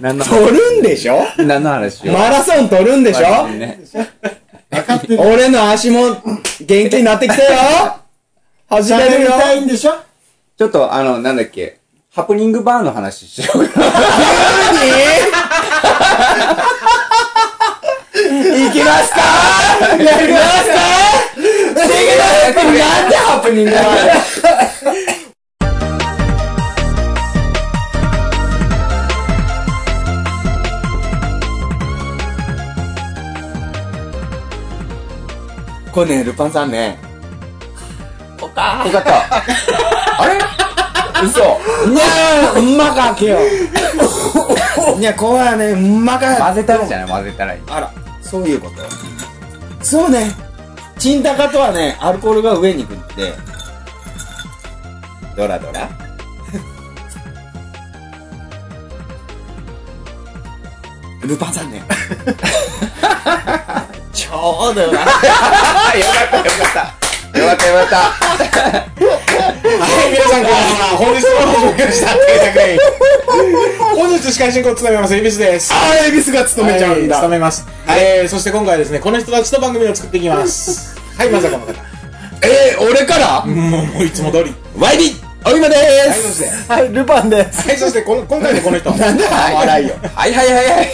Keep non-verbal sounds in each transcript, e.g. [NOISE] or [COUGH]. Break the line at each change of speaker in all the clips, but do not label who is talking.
何の話
取るんでしょ
何の話よ
マラソン取るんでしょ
うね
分かってる。
俺の足も元気になってきたよ走
や
れ
って
る
み
よ
たいんでしょ
ちょっと、あの、なんだっけ、ハプニングバーの話しようか。
行きますか行きます [LAUGHS] かなんでハプニングだこれね、ルパンさんね。
よかった。あれ嘘。
いやー、うまかけよ。いや、こうはね、うまか
混ぜたらじゃない混ぜたらいい。
あら、そういうこと。そうね。チンタカとはね、アルコールが上にくって。ドラドラ。ルパンさんね。ちょうどよかった。
あ、よかった、よかった。よかった、よかっ
はい、皆さんこんばんは。本日も始まりました。テレタクレイ本日司会進行を務めます、エビスです。
あー、エビスが勤めちゃうんだ。
はい務めます。えー、そして今回はですね、この人たちと番組を作っていきます。はい、まさかの方。
えー、俺から
もう、もういつも通り。
ワイビおいまでー
はい、そし
す
て、は
はい、ルパンです。
い、そしてこの、今回でこの人。
なん
[LAUGHS]
で笑いよ。
た。はいはいはいはい。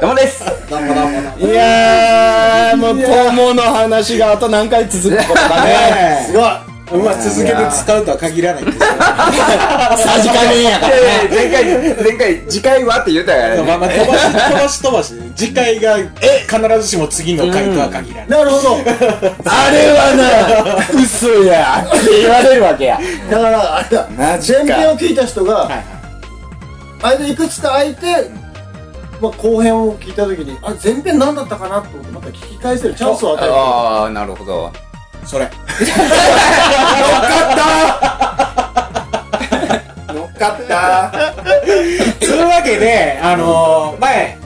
どうもです。
どうもどうもどうも。
いやー、もう、友の話があと何回続くことかね。
ね
すごい。
えまあ、続けて使うとは限らないんですけど。
さじ加減やから。
前回、前回、次回はって言ったから
[LAUGHS] まあまあ、飛ばし、飛ばし飛ばしね。次回が、え、必ずしも次の回とは限らない。
[LAUGHS] なるほど。
あれ
[LAUGHS]
はな、嘘やって言われるわけや。
だから、あれだ。
マジ
前編
か。
を聞いた人
は
が、
いは
あれでいくつか空いて、まあ、後編を聞いたときに、あれ前編何だったかなと思って、また聞き返せるチャンスを与えて
ああ、なるほど。
い。それ。
乗っかった。
というわけで、あのー、前、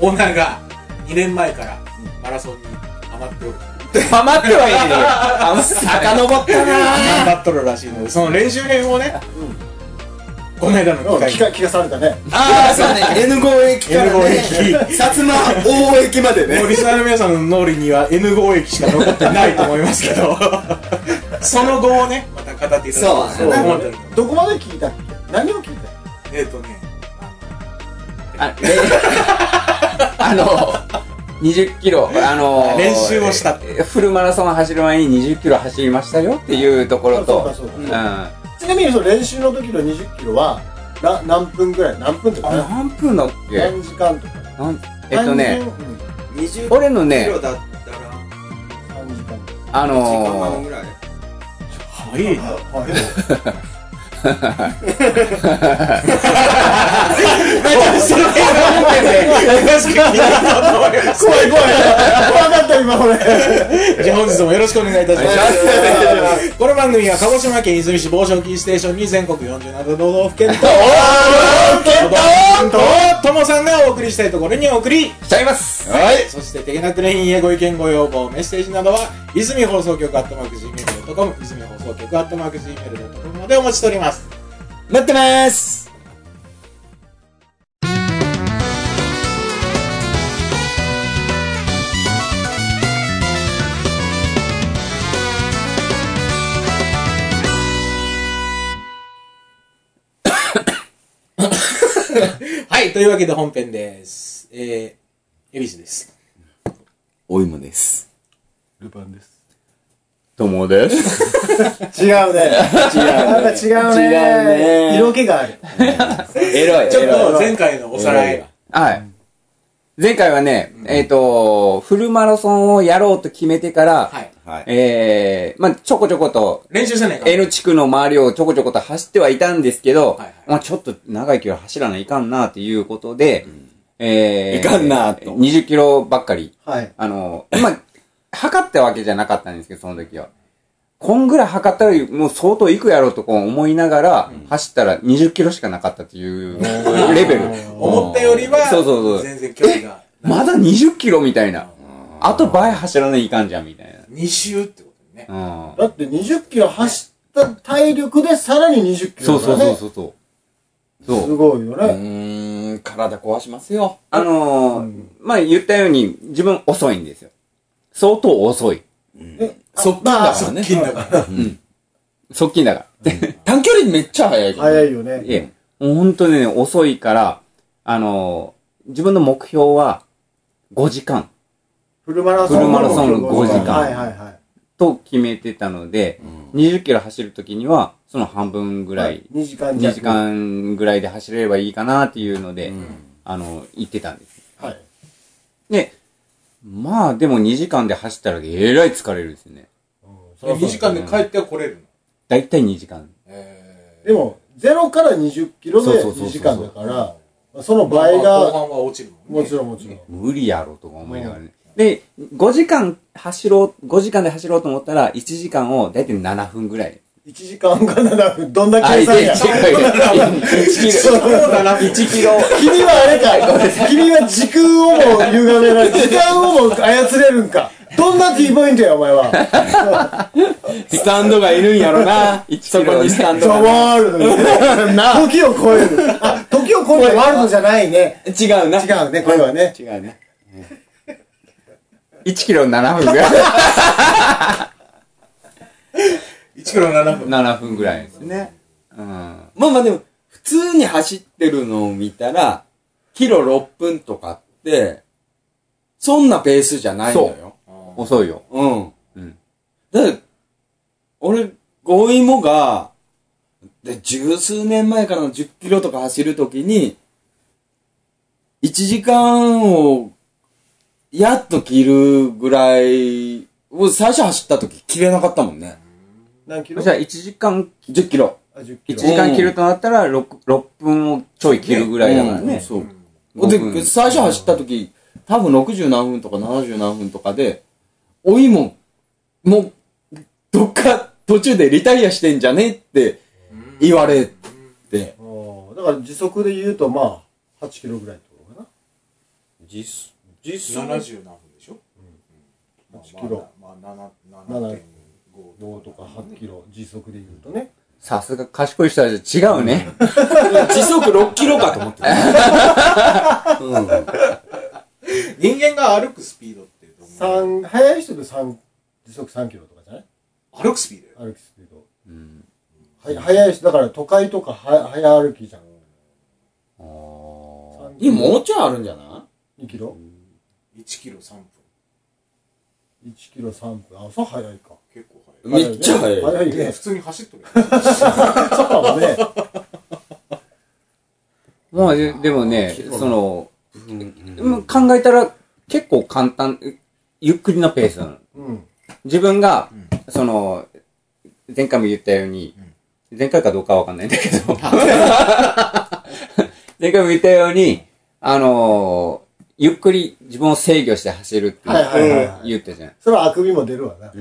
オーナーが2年前からマラソンにハマっておる。
ハマってはいねえよ。あの、
遡ったな。
頑張っとるらしいので、その練習編をね、この間の
うん
機
聞
会
か、聞かされたね。
ああ、そうね。N5 駅からね
N5、 [LAUGHS]
薩摩大駅まで
に。もう
ね。
リスナーの皆さんの脳裏には N5 駅しか残ってないと思いますけ [LAUGHS] ど、その後をね、また語っていただこう
そ
と
う
なん
思
か
ってる
どこまで聞いたっけ何を聞いた
えっとね、
あであの、20キロ、あの
練習をした
フルマラソン走る前に20キロ走りましたよっていうところ
あそう
と
か、そうか
うん。あ
ちなみにその練習の時の20キロはな何分ぐらい何分とか何
何分だっけ
何時間とか
なんえっとね、
何分うん
20
俺のね、
だったら、
何時間とか
あのー、
ぐらい。はい。
はい
それは確か
怖い怖い怖かった今俺
に。じゃあ本日もよろしくお願いいたします。この番組は鹿児島県出水市某所キーステーションに全国47都道府県と、と、ともさんがお送りしたいところにお送り、
しちゃいます
はい。
そして、テゲナクレインへご意見ご要望、メッセージなどは、泉放送局アットマーク Gmail.com、泉放送局アットマーク Gmail.com までお待ちしております。
待ってまーす。
はい、というわけで本編です。えー、エビスです。
おいもです。
ルパンです
ともです。
[LAUGHS]
違うねやっぱ違うね
違うね
色気がある
エロい。
ちょっ
エロい
と前回のおさらいが。
はい。前回はね、えっと、フルマラソンをやろうと決めてから
は、い。
はい。
えー、まあちょこちょこと、
練習してないか
N 地区の周りをちょこちょこと走ってはいたんですけど、
はいはい
まあちょっと長い距離走らないかんなっていうことで、えー、
いかんなと
20キロばっかり。
はい
あの、まあ、測ったわけじゃなかったんですけど、その時は。こんぐらい測ったら、もう相当いくやろうとこう思いながら、走ったら20キロしかなかったっていうレベル。
[LAUGHS] 思ったよりは、
そうそうそう
全然距離が。
まだ20キロみたいな。あと倍走らないいかんじゃん、みたい
2周ってことね。
な。うん。
だって20キロ走った体力でさらに20キ
そ
ロ
うそ
だ
う
ね
そうそうそう。そう
すごいよね
うーん、体壊しますよ。
あのーまあ言ったように自分遅いんですよ。相当遅い。
そっからだからね
側。近だから。
側近だから。
短距離めっちゃ速いけど。
早いよね。
[LAUGHS] いえ、もう本当にね、遅いから、あのー自分の目標は5時間
フルマラソン。
フルマラソン5時間
はいはいはい。
と決めてたので、20キロ走るときには、その半分ぐらい、
2時間
2
弱
時。間ぐらいで走れればいいかなっていうので、
うん
あの、行ってたんです。
はい。
で、まあでも2時間で走ったらえらい疲れるですね。
で2時間で帰っては来れるの。
だいたい2時間。
えー
で、も、0から20キロで
そうそうそうそう
2時間だから、まあその
まあ
倍
後
が、
半は落ちるもん
も
ね。
ちろんもちろん。
無理やろとか思いながらね。で、5時間走ろう、5時間で走ろうと思ったら、1時間をだいたい7分ぐらい。
1時間が7分、どんだ
[LAUGHS] あ、
け
い
計算
や
や。
違う違う
そうだな。
1キロ。
君はあれ
[LAUGHS]
か、君は時空をも歪められ、時間をも操れるんか。どんな T ポイントや、お
[LAUGHS]
前は。
スタンドがいるんやろな。そこにスタン
ザ
ドが。
ワールド
[LAUGHS]
に時を超える。あ、時を超えるワールドじゃないね。
違うな。
違うね、これはね。
違うね。
1キロ7分ぐ
[LAUGHS]
らい。
1キロ7分。
7分ぐらいですね。
ね。
うん。
まあまあでも、普通に走ってるのを見たら、キロ6分とかって、そんなペースじゃないのよ。
遅いよ。
うん。
うん。
だって、俺、ゴイモが、で、十数年前からの10キロとか走るときに、1時間を、やっと切るぐらい、を最初走ったとき切れなかったもんね。
何キロ
そしたら1時間、
10キロ。
あ、10キ
1
ロ。
時間切るとなったら 6, 6分をちょい切るぐらいだから
うんうん
ね。
そう。
5分
で、最初走った時、多分60何分とか70何分とかで、おいもん、もう、どっか途中でリタイアしてんじゃねえって言われて、
おーだから時速で言うと、まあ、8キロぐらいってことかな。
実、実
70何分でしょまあ
1キロ。
まあ、まあ7 7.5
5とか8キロ、時速で言うとね。
さすが賢い人は違うね。
時速6キロかと思 [LAUGHS] ってた。
人間が歩くスピードってどんぐらい
三速い人で三時速3キロとかじゃない
歩くスピードよ
歩きスピード。
うん
は速い人、だから都会とかは早歩きじゃん。
あー
3キ
い
ロ
やもうちょいあるんじゃな
2キロ
1キロ3分
?1 キロ3分。あ、そう早いか。
結構
い
速
めっちゃ速い
早い
いで
ね。
普通に走っとる
そうかもね。
まあ、ででもね
あ、ー
その、うん考えたら結構簡単、ゆっくりなペースなの。
うん。
自分が、その、前回も言ったように、前回かどうかはわかんないんだけど、 [LAUGHS] 前回も言ったように、あのーゆっくり自分を制御して走るって
はいはいはいはい
言ったじゃん。
それはあくびも出るわな。
[LAUGHS]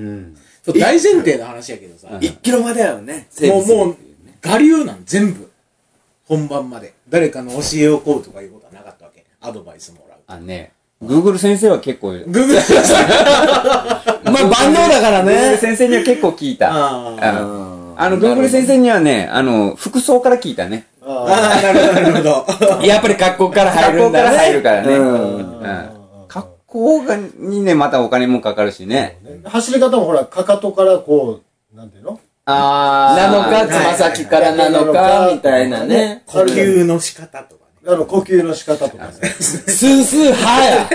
そう大前提の話やけどさ
うん
1キロまでやよね
整
も
理
う
する
もう我流なん全部本番まで誰かの教えを請うとかいうことはなかったわけアドバイスもらう
あのね、Google 先生は結構、
グーグル
まあ万能だから
Google。先生には結構聞いた。
あー
あのあの、Google 先生にはね、あの、服装から聞いたね。
あ
あーなるほどなるほど
やっぱり格好から入るんだ
格好から
ね。
入るからね
うん
あ。
うん。格好がにね、またお金もかかるしね。
ね走り方もほら、かかとからこう、なんていうの
あー。
なのか、つま先からなのか、みたいなね。
呼吸の仕方とかね
あの、呼吸の仕方とかね。
スースーはや。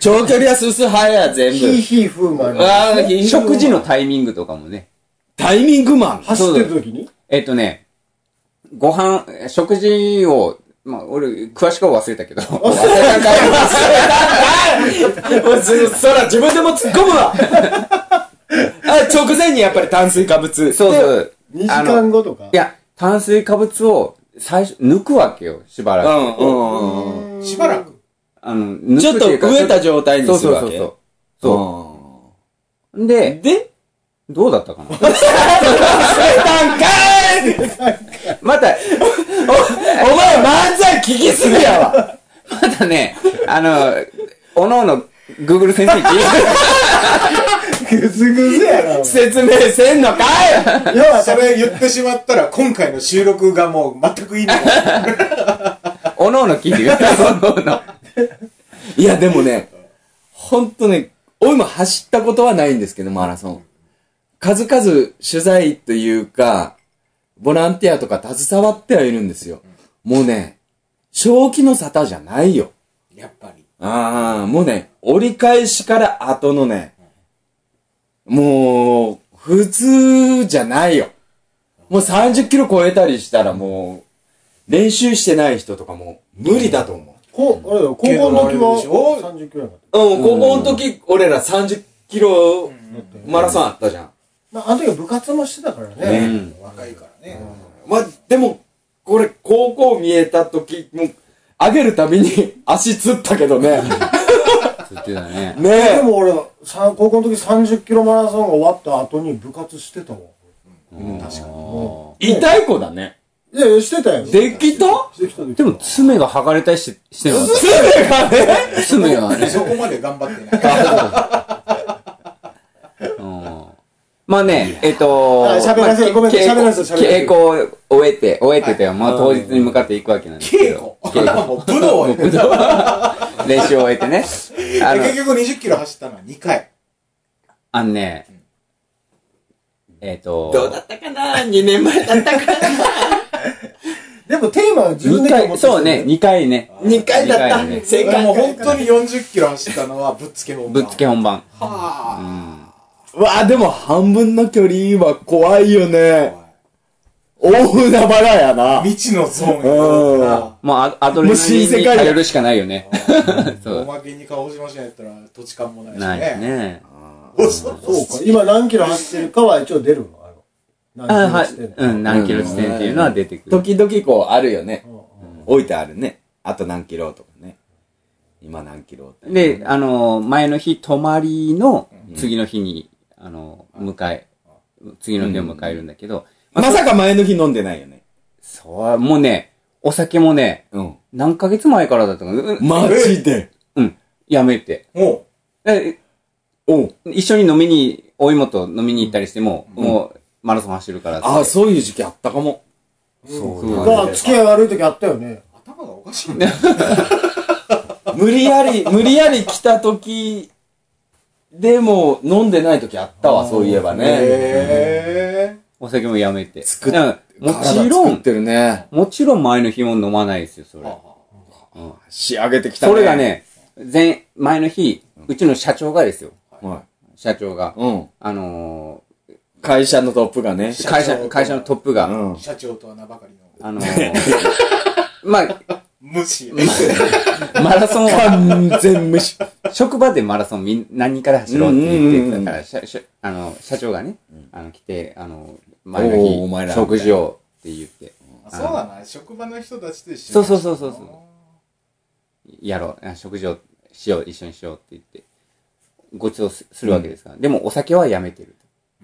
長距離はスースーはや、全
ヒー
部。
ヒーフーマンが
あー
食事のタイミングとかもね。
タイミングマン。
走ってる時に
えっとね、ご飯、え食事を、まあ、俺、詳しくは忘れたけど。
[LAUGHS] おいそそら、自分でも突っ込むわ。あ、直前にやっぱり炭水化物。
そうそう。
2時
あの
間後とか
い。や、炭水化物を最初、抜くわけよ、しばら
う
く。
んうんうん。
しばらく
あの、抜く
ちょっ
て
と
いうか
飢えた状態
そ
に
う
す
そ
る
う
わ
そう
け。
そう。そう。
そう
で、
で、
どうだったかな
段階
また、
お前漫才聞きすぎやわ。
またね、あの、おのおの、Google 先生に聞い
ぐずぐずや
[LAUGHS]
な。
説明せんのかい
要は、
それ言ってしまったら今回の収録がもう全く意味がない
たおおのおの聞いてください、おのおの。
いや、でもね、ほんとね、俺も走ったことはないんですけど、マラソン。数々取材というか、ボランティアとか携わってはいるんですよ。もうね、正気の沙汰じゃないよ。
やっぱり。
ああ、もうね、折り返しから後のね、もう、普通じゃないよ。もう30キロ超えたりしたらもう、練習してない人とかもう無理だと思う。
こう、あれだよ、高校の時
でしょ
は30キロやかっ
うん、高校の時、俺ら30キロマラソンあったじゃん。
た。まあ、あの時は部活もしてたから
う
ね。
ん。
若いからね。
まあ、でも、これ、高校見えた時、もう、上げるたびに [LAUGHS] 足つったけどね。
つってたね。
ね
で
え。
も俺、さ高校の時30キロマラソンが終わった後に部活してたわ。
確かに。
痛い子だね。
いやいや、してたよ。で
できた
きたで
で
きた
も、爪が剥がれたりして、してなかっ
爪がね。
た。爪がね。
そこまで頑張ってない。
うんまあね、えっと、
あ喋らせろごめん喋らせろ喋らせ
稽
ろ
古を終えて、終えてというかまあ当日に向かっていくわけなんですけ
稽
ど。
古。もう武道よ。で
稽古練習を終えて
[LAUGHS]
ね。あの、
結局20キロ走ったのは2回。
あのね、えっと、
どうだったかな ?2 年前だったかな
でもテーマは自分
二
で
回、そうね、
持ってき
2回ね、
?2 回だっ
二回ね
た。正
俺
解。
もう本当に40キロ走ったのはぶっつけ本番。
ぶっつけ本番。
は
わあ、でも半分の距離は怖いよ
あ
ね。大海原やな。
未知のゾーンやな
もうアアドレナリンに頼るしかないよね。そ
お
う。
まけに顔しましやったら土地勘もないし
ない
ね。
ね。
おそう
たそうか。今何キロ走ってるかは一応出るのあの。
あはい。
何キロ走って
うん、何キロ地点っていうのは出てくる。
時々こうあるよね。
の
置いてあるね。あと何キロとかね。今何キロって。
で、あの、前の日泊まりの次の日に、あの、迎え、次の日を迎えるんだけど、
まさか前の日飲んでないよね。
そう、もうね、お酒もね、
うん。
何ヶ月前からだったかなうん、
マジで。
うん、やめて。
も
え
おう
一緒に飲みに、お芋と飲みに行ったりしても、もう、マラソン走るからって。
ああ、そういう時期あったかも。
そう
うん。だから付き合い悪い時あったよね。
う頭がおかしいね。
[LAUGHS]
無理やり、無理やり来た時でも飲んでない時あったわ、そういえばね。
[LAUGHS] へ
お酒もやめて。
作っ
だからもちろ
体作っ
ん、
てるね。
もちろん前の日も飲まないですよ、それ。
仕上げてきたね。
それが、ね、前、前の日、うちの社長がですよ。
は
社長が
い。。うん。
あの
会社のトップがね。
ー、会社、会社のトップが、
うん
え。。社長とは名ばかりの
あの
[LAUGHS]
ー、まあ、
無視。
マラソンは、
完全無視。
職場でマラソンみん何人から走ろうって言って、だから、社社あの社長がね、あの、来て、あの、前の
おーお前
日、
ら
食事をって言って、
あそうだな、職場の人たちと一緒
そう
に
そうそうそうそうやろう、あ食事をしよう、一緒にしようって言って、ご馳走すするわけですから。でも、お酒はやめてる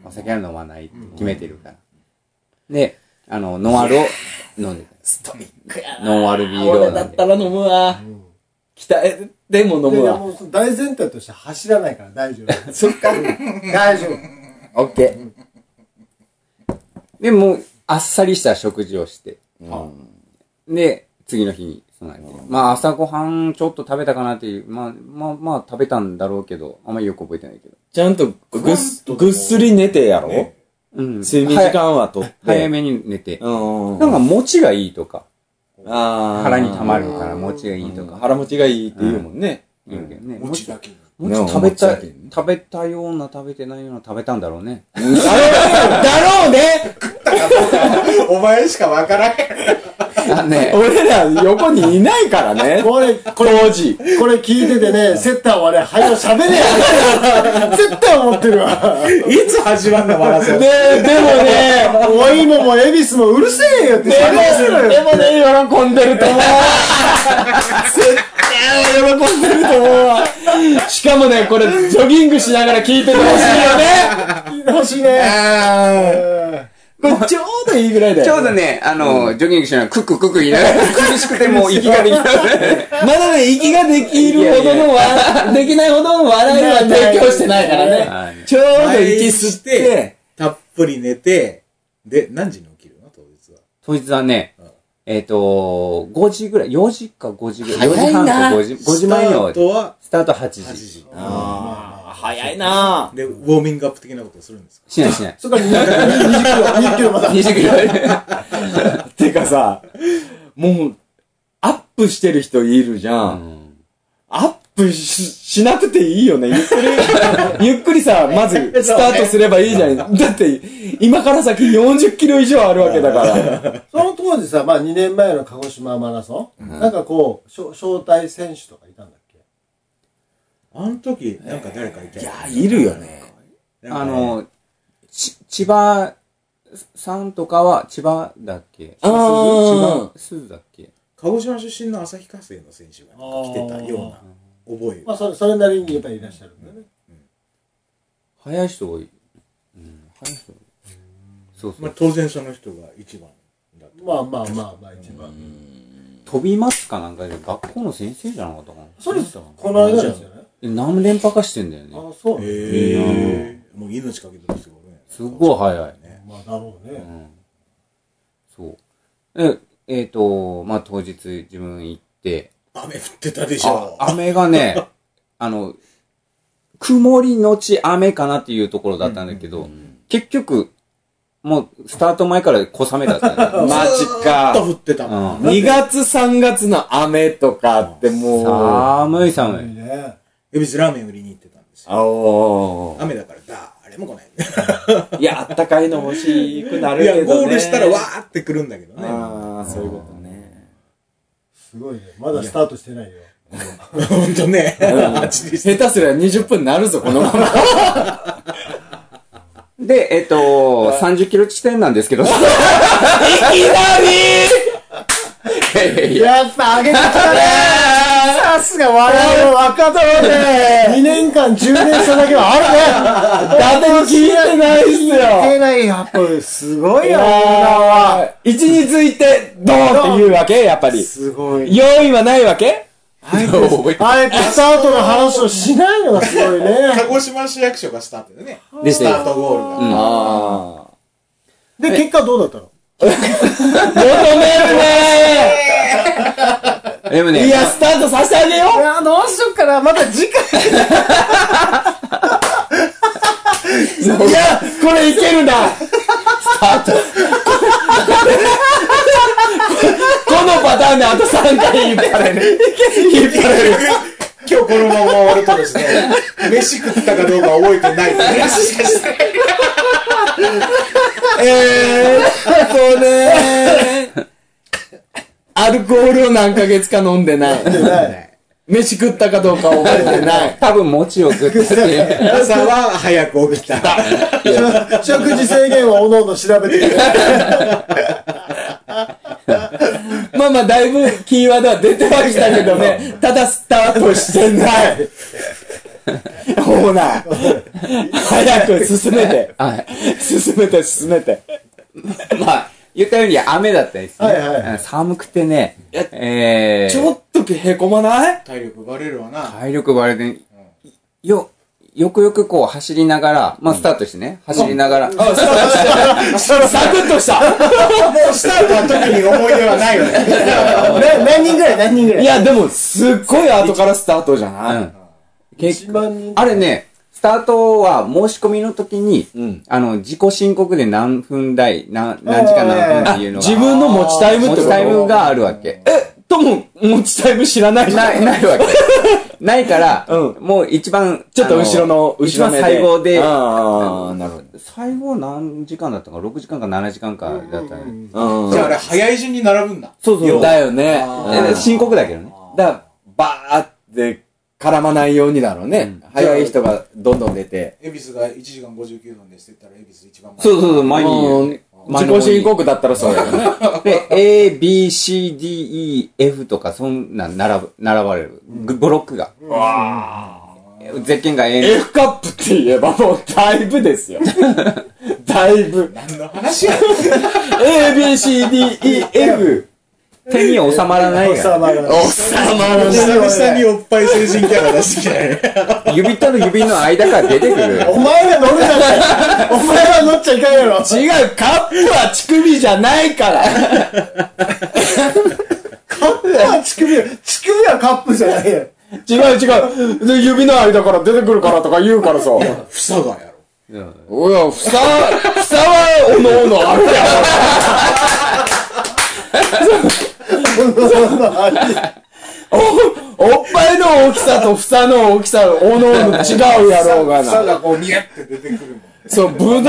と。お酒は飲まないって決めてるから。で、あの、ノンアルを飲んでた。
ストイックやな。
ノンアルビールを
俺
飲んで
だったら飲むわ。鍛えても飲
で
む
で
わ。
も大前提として走らないから大丈
[LAUGHS]
夫。
そっか。
大丈夫。
オッケー。
で、もう、あっさりした食事をして。で、次の日に備えて。まあ、朝ごはんちょっと食べたかなっていう。まあ、まあ、まあ、食べたんだろうけど、あんまりよく覚えてないけど。
ちゃんとぐっすぐっすり寝てやろ、
ね
うん。
睡眠時間はとって。
早早めに寝て。
うん。
なんか、餅がいいとか、
あー
腹に溜まるから餅がいいとか、
腹持ちがいいって言うもんね。
言うけどね。餅
餅だけに。
餅
ね
食べ
お
た
餅だけに、
食べたような食べてないような食べたんだろうね。
だろうね
お前しかわからへん。
[LAUGHS] あ、ね。
俺ら横にいないからね。
これ、
当時。
これ聞いててね、セッターはね、早よ喋れや絶対思ってるわ。
いつ始まんのマラソ
で、
ン。
でもね、
おいもも恵比寿もうるせえよって喋らせろよ。
でもね、喜んでると思う。絶対喜んでると思うわ。しかもね、これ、ジョギングしながら聞いててほしいよね。
聞いてほしいね。
これ、ちょうどいいぐらい
[LAUGHS]
だ
ちょう
よ。
どね、あの、ジョギングしながら、クッククック言いながら、苦しくてもう息ができなくて。
まだね、息ができるほどのわ、できないほどの笑いは提供してないからね。
はい
ちょうど息吸って、
たっぷり寝て、で、何時に起きるの当日は。
当日はね、えっ、と、5時ぐらい、4時か5時ぐらい、4
早
時
いな
半か5時、5時前に
スタートは
スタート8時。
8時。
ああ、早いな
で、ウォーミングアップ的なことをするんですか
しないしない。
それから20キロ、20キロまだ。
20キロ。
てかさ、もう、アップしてる人いるじゃん。
うん
アップししなくていいよね。ゆっくり、ゆっくり [LAUGHS] さ、まずスタートすればいいじゃん。だって、今から先40キロ以上あるわけだから。
その当時さ、まあ2年前の鹿児島マラソン、なんかこう、しょ招待選手とかいたんだっけ
あの時、なんか誰かいた
い
よ
や、いるよね。
あ、の、ち、千葉さんとかは、千葉だっけ
あー
千葉鈴だっけ
鹿児島出身の旭化成の選手が来てたような覚え
まあそれ、それなりにやっぱりいらっしゃるんだよね。
早い人多い。うん、早い人多い。そうそ
まあ
う。
当然その人が一番だと。
まあまあまあまあ一番。
飛びますかなんかで、学校の先生じゃなかったかな
それ、この間ですよね。
え何連覇かしてんだよね。
あ、そう。
へえ。もう命かけてる人がおるんやね。
すっごい早い。
まあだろう
う
ね。
んそう。え、えっ、と、まあ、当日自分行って、
雨降ってたでし
あ
ょ。
雨がね、 [LAUGHS] あの、曇りのち雨かなっていうところだったんだけど、結局、もう、スタート前から小雨だったよね。
[LAUGHS] マジ
ずーっ
か。
と降ってたもん。
う
2月3月の雨とかってもう、
寒い寒
いい
い。
ね。
恵比寿ラーメン売りに行ってたんですよ。
あおー
雨だから誰も来 [LAUGHS] ない。
いや、あったかいの欲しくなる
い
けどね。
や、ゴールしたらわーって来るんだけどね。
ああ、そういうことね。
すごいね。まだスタートしてないよ。
ほんとね。あっちに
下手すりゃ20分になるぞ、このまま。
[LAUGHS] で、えっ、と、30キロ地点なんです
[LAUGHS]
けど。いきな [LAUGHS] りいやいや
やっぱ上げてきたねさすが我々の若殿 [LAUGHS] で !2 年間、10年差だけはあるね
誰も聞いてないっすよ。
出ない、やっぱすごいよ、
あー一について、ドーンって言うわけやっぱり。
すごい。
要因はないわけ
あえてスタートの話をしないのがすごい
鹿
ね。 [LAUGHS]
児島市役所がスタートでね。
で
スタートゴールが。
ああ。
で、結果どうだったの
求め
でも
るね
ね、
いや、スタートさせてあげよう
や、どうしよっかな。また次
[LAUGHS]
回。
いや、これいけるなスタート。 [LAUGHS] このパターンであと3回引っ張れる。引っ張れる。
今日このまま終わるとですね、 [LAUGHS] 飯食ったかどうか覚えてない [LAUGHS] ですね。
えー、そうねアルコールを何ヶ月か飲んで [LAUGHS] ない。飯食ったかどうか覚えてない。
[LAUGHS] 多分餅をずっとして、
朝は早く起きた。
[LAUGHS] 食事制限はおのおの調べてくれ。
[LAUGHS] まあまあ、だいぶキーワードは出てましたけ
[LAUGHS]
どね。ただスタートしてない。ほら、早く進めて。
はい。
進めて、進めて。
まあ、言ったように雨だったですね。
はいはいはい
うん寒くてね、
や
えー、
ちょっとへこまない
体力バレるわな。
体力割れて、よ、よくよくこう走りながら、まあスタートしてね、走りながら、
あ、スタートした。 [LAUGHS] サクッと [LAUGHS] した。
もうスタートは特に思い出はないよね。
な何人ぐらい何人ぐら
い
い
や、でも、すっごい後からスタートじゃ
う
ない
ん。結
?1 万人。
あれね、スタートは申し込みの時に、
ん
あの、自己申告で何分台、何、何時間何分
あ
っていうのが、
自分の持ちタイムっ
持
てこ
ち
と
タイムがあるわけ。
え、とも、持ちタイム知らないじゃん
ない、ないわけ。
[LAUGHS]
ないから、
う
もう一番、
ちょっと後ろの、
一
後ろ
番
目で。
最後で、
ああ、なるほ
最後何時間だったか ?6 時間か7時間かだったね。
ど。 [LAUGHS] うん
じゃああれ、早い順に並ぶんだ。
そうそう。
だよね。
え
うん
深刻だけどね。
だから、ばーって絡まないようにだろうね。早い人がどんどん出て。
恵比寿が1時間59分ですって言ったら、恵比寿一番前
そうそうそう、前に言う
うん自己申告だったらそうだよね。
で、A, B, C, D, E, F とか、そんなん並ぶ、並ばれる。ブブロックが。ゼッケンが A の
[LAUGHS] F カップって言えばもうだいぶです [LAUGHS] よ。だいぶ。
何の話や
A, B, C, D, E, F。
手に収まらない
お
から。
さまが。
収まら
久々におっぱい成人キャラ出してきたね。
指と指の間から出てくる。
お前が乗るじゃないお前は乗っちゃいかんやろ
違う、カップは乳首じゃないから。
カップは [LAUGHS] 乳首よ乳首はカップじゃないやん
違う違う。で指の間から出てくるからとか言うからさ。
ふさがやろ。
うん
おや、ふさ、ふさはおのおのあるやろ。お、おっぱいの大きさとふさの大きさ、おのおの違うやろうが
草
な。
がこう、ニヤって出てくるもん。
そう、ぶどう。貧乳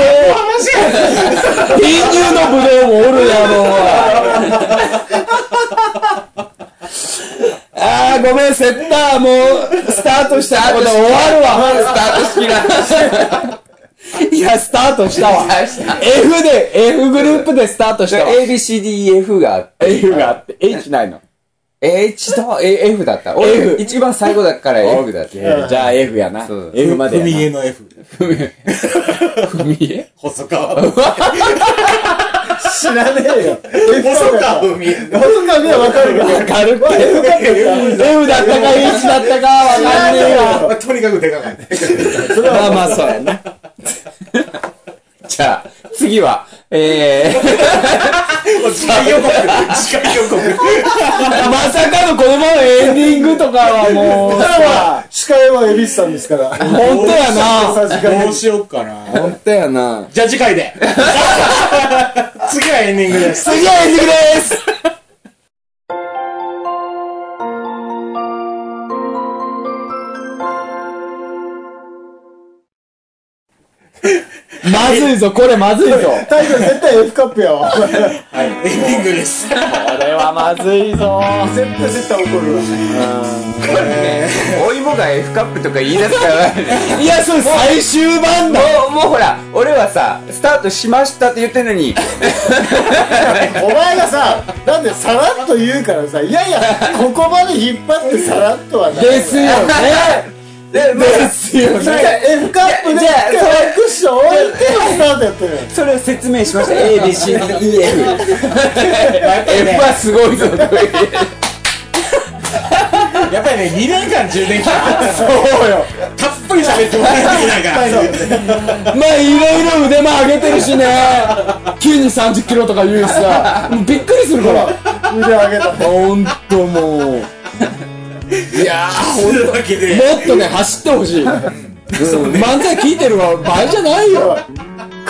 のぶどうもおるやろうが。あーごめん、セッターもう、スタートしたこと終わるわ。
スタート式が。
いや、スタートしたわ。F で、F グループでスタートしたわ。
ABCDEF があって、
F があって、H ないの。
H と A- F だった。俺、
F
一番最後だから F だった。
OK じゃあ F やな
そう。
F まで
踏み
や
絵の F。
え踏み絵
細川。細
知らねえよ
川踏み絵の。
細川にはわかるけど
な。わかるか F だったか H だったかわかんねえわ。
まあとにかくでかかった。
まあまあ、そうやな。
じゃあ、次は、えー、
次回予告。次回予告。
[LAUGHS] まさかのこのままエンディングとかはもうさ、
司会は恵比寿さんですから本
本当やな。
さじ加
ど
減
うしよっかな。
本当やな。
[LAUGHS] じゃあ次回で。 [LAUGHS] 次はエンディングです。
次はエンディングですまずいぞ、これまずいぞ。
タイトル絶対 F カップやわ
はい。エンディングです。
これはまずいぞ。
絶対絶対怒るわ
お芋が F カップとか言い出すから、
いや、それ最終版だ。
もう、もうほら、俺はさ、スタートしましたって言ってんのに、
お前がさなんでさらっと言うからさいやいやここまで引っ張ってさらっとはな
ですよね。
で、まあ
ですよ
なん
ね。
か F カップで
じゃあ
一回ワンクッション置いてスタートやってる
それを説明しました。A, B, C, D, E, F。F はすごいぞ、とか言って
やっぱりね、2年間充電器
そうよ。
たっぷり喋ってもらえないから。
まあいろいろ腕も上げてるしね急に30キロとか言うしさもうびっくりするから
腕上げた
ほんともういやー
というわけで。
もっとね走ってほしい、うん漫才聞いてるわ場合じゃないよ、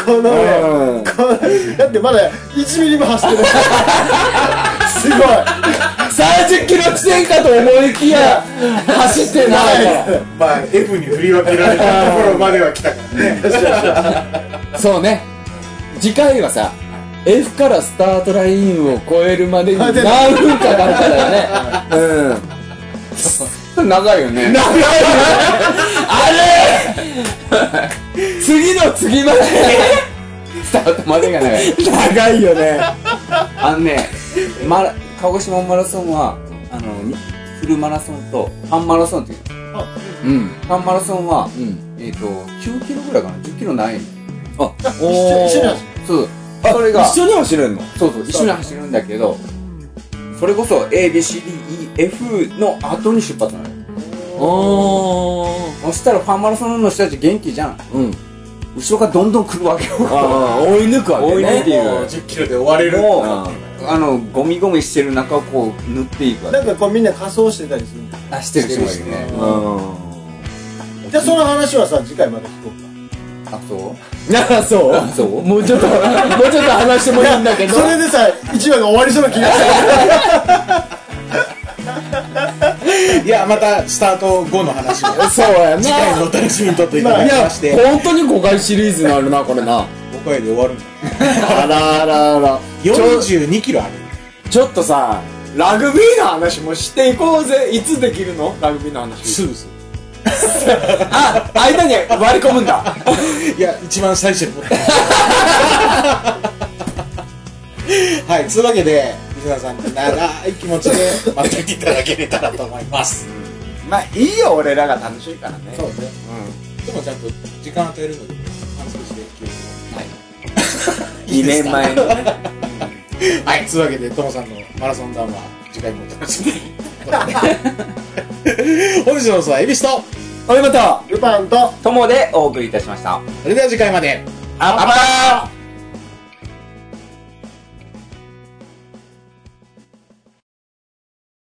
この
う
ね
ん、
だってまだ1ミリも走ってないすごい
30キロ地点かと思いきや走ってないか
まあ、F に振り分けられたところまでは来たからね。
らそうね次回はさ F からスタートラインを超えるまでに何分かかるからね [LAUGHS] うん
それ長いよね。
あれ [LAUGHS] 次の次まで
スタートまでが長い。
長いよね
あのね、ま、鹿児島マラソンは、あの、にフルマラソンと半マラソンっていうの。
うん
半マラソンは、
うん
えっ、と、9キロぐらいかな ?10 キロないの
一緒一緒に走
そう。それが、
一緒に走れんの
そうそう、一緒に走るんだけど、それこそ A, B, C, D, E, F の後に出発なのよ。
お
そしたらファンマラソンの人たち元気じゃん。
うん
後ろからどんどん来るわけよ。
ああ追い抜くわけね
追い抜いて
もう10キロで終われる。
もう
あ
あの、ゴミゴミしてる中をこう塗っていく
る
わけ
な。んかこうみんな仮装してたりする
あ、してる人もいるね。
じゃあその話はさ次回まで聞こうか
あ、そう
なあ [LAUGHS] そう
そう
もうちょっともうちょっと話してもいいんだけど
それでさ一話が終わりそうな気が [LAUGHS] する
いや、またスタート後の話 [LAUGHS] を。
そうや
次回のお楽しみにとっていただ
い
き
や
まして、
本当に5回シリーズになるなこれな
5回で終わるんだ。
あらあらあら
42キロある。
ちょっとさラグビーの話もしていこうぜいつできるのラグビーの話
すぐす
あ間に割り込むんだ
ぐ。 [LAUGHS] いや、一番最初に持った。はい、つうわけで、水田さん、長い気持ちで待っていただけれたらと思います。
まあいいよ俺らが楽しいからね
そうね。でもちゃんと時間与えるので、反則して休憩 [LAUGHS]
2年前のね
を。 [LAUGHS] はい、つうわけで、ともさんのマラソン談 [LAUGHS] は次回もお楽しみに。本日の放送はエビスと、
ありがとう
ルパンと
ともでお送りいたしました。
それでは次回まで
あばらー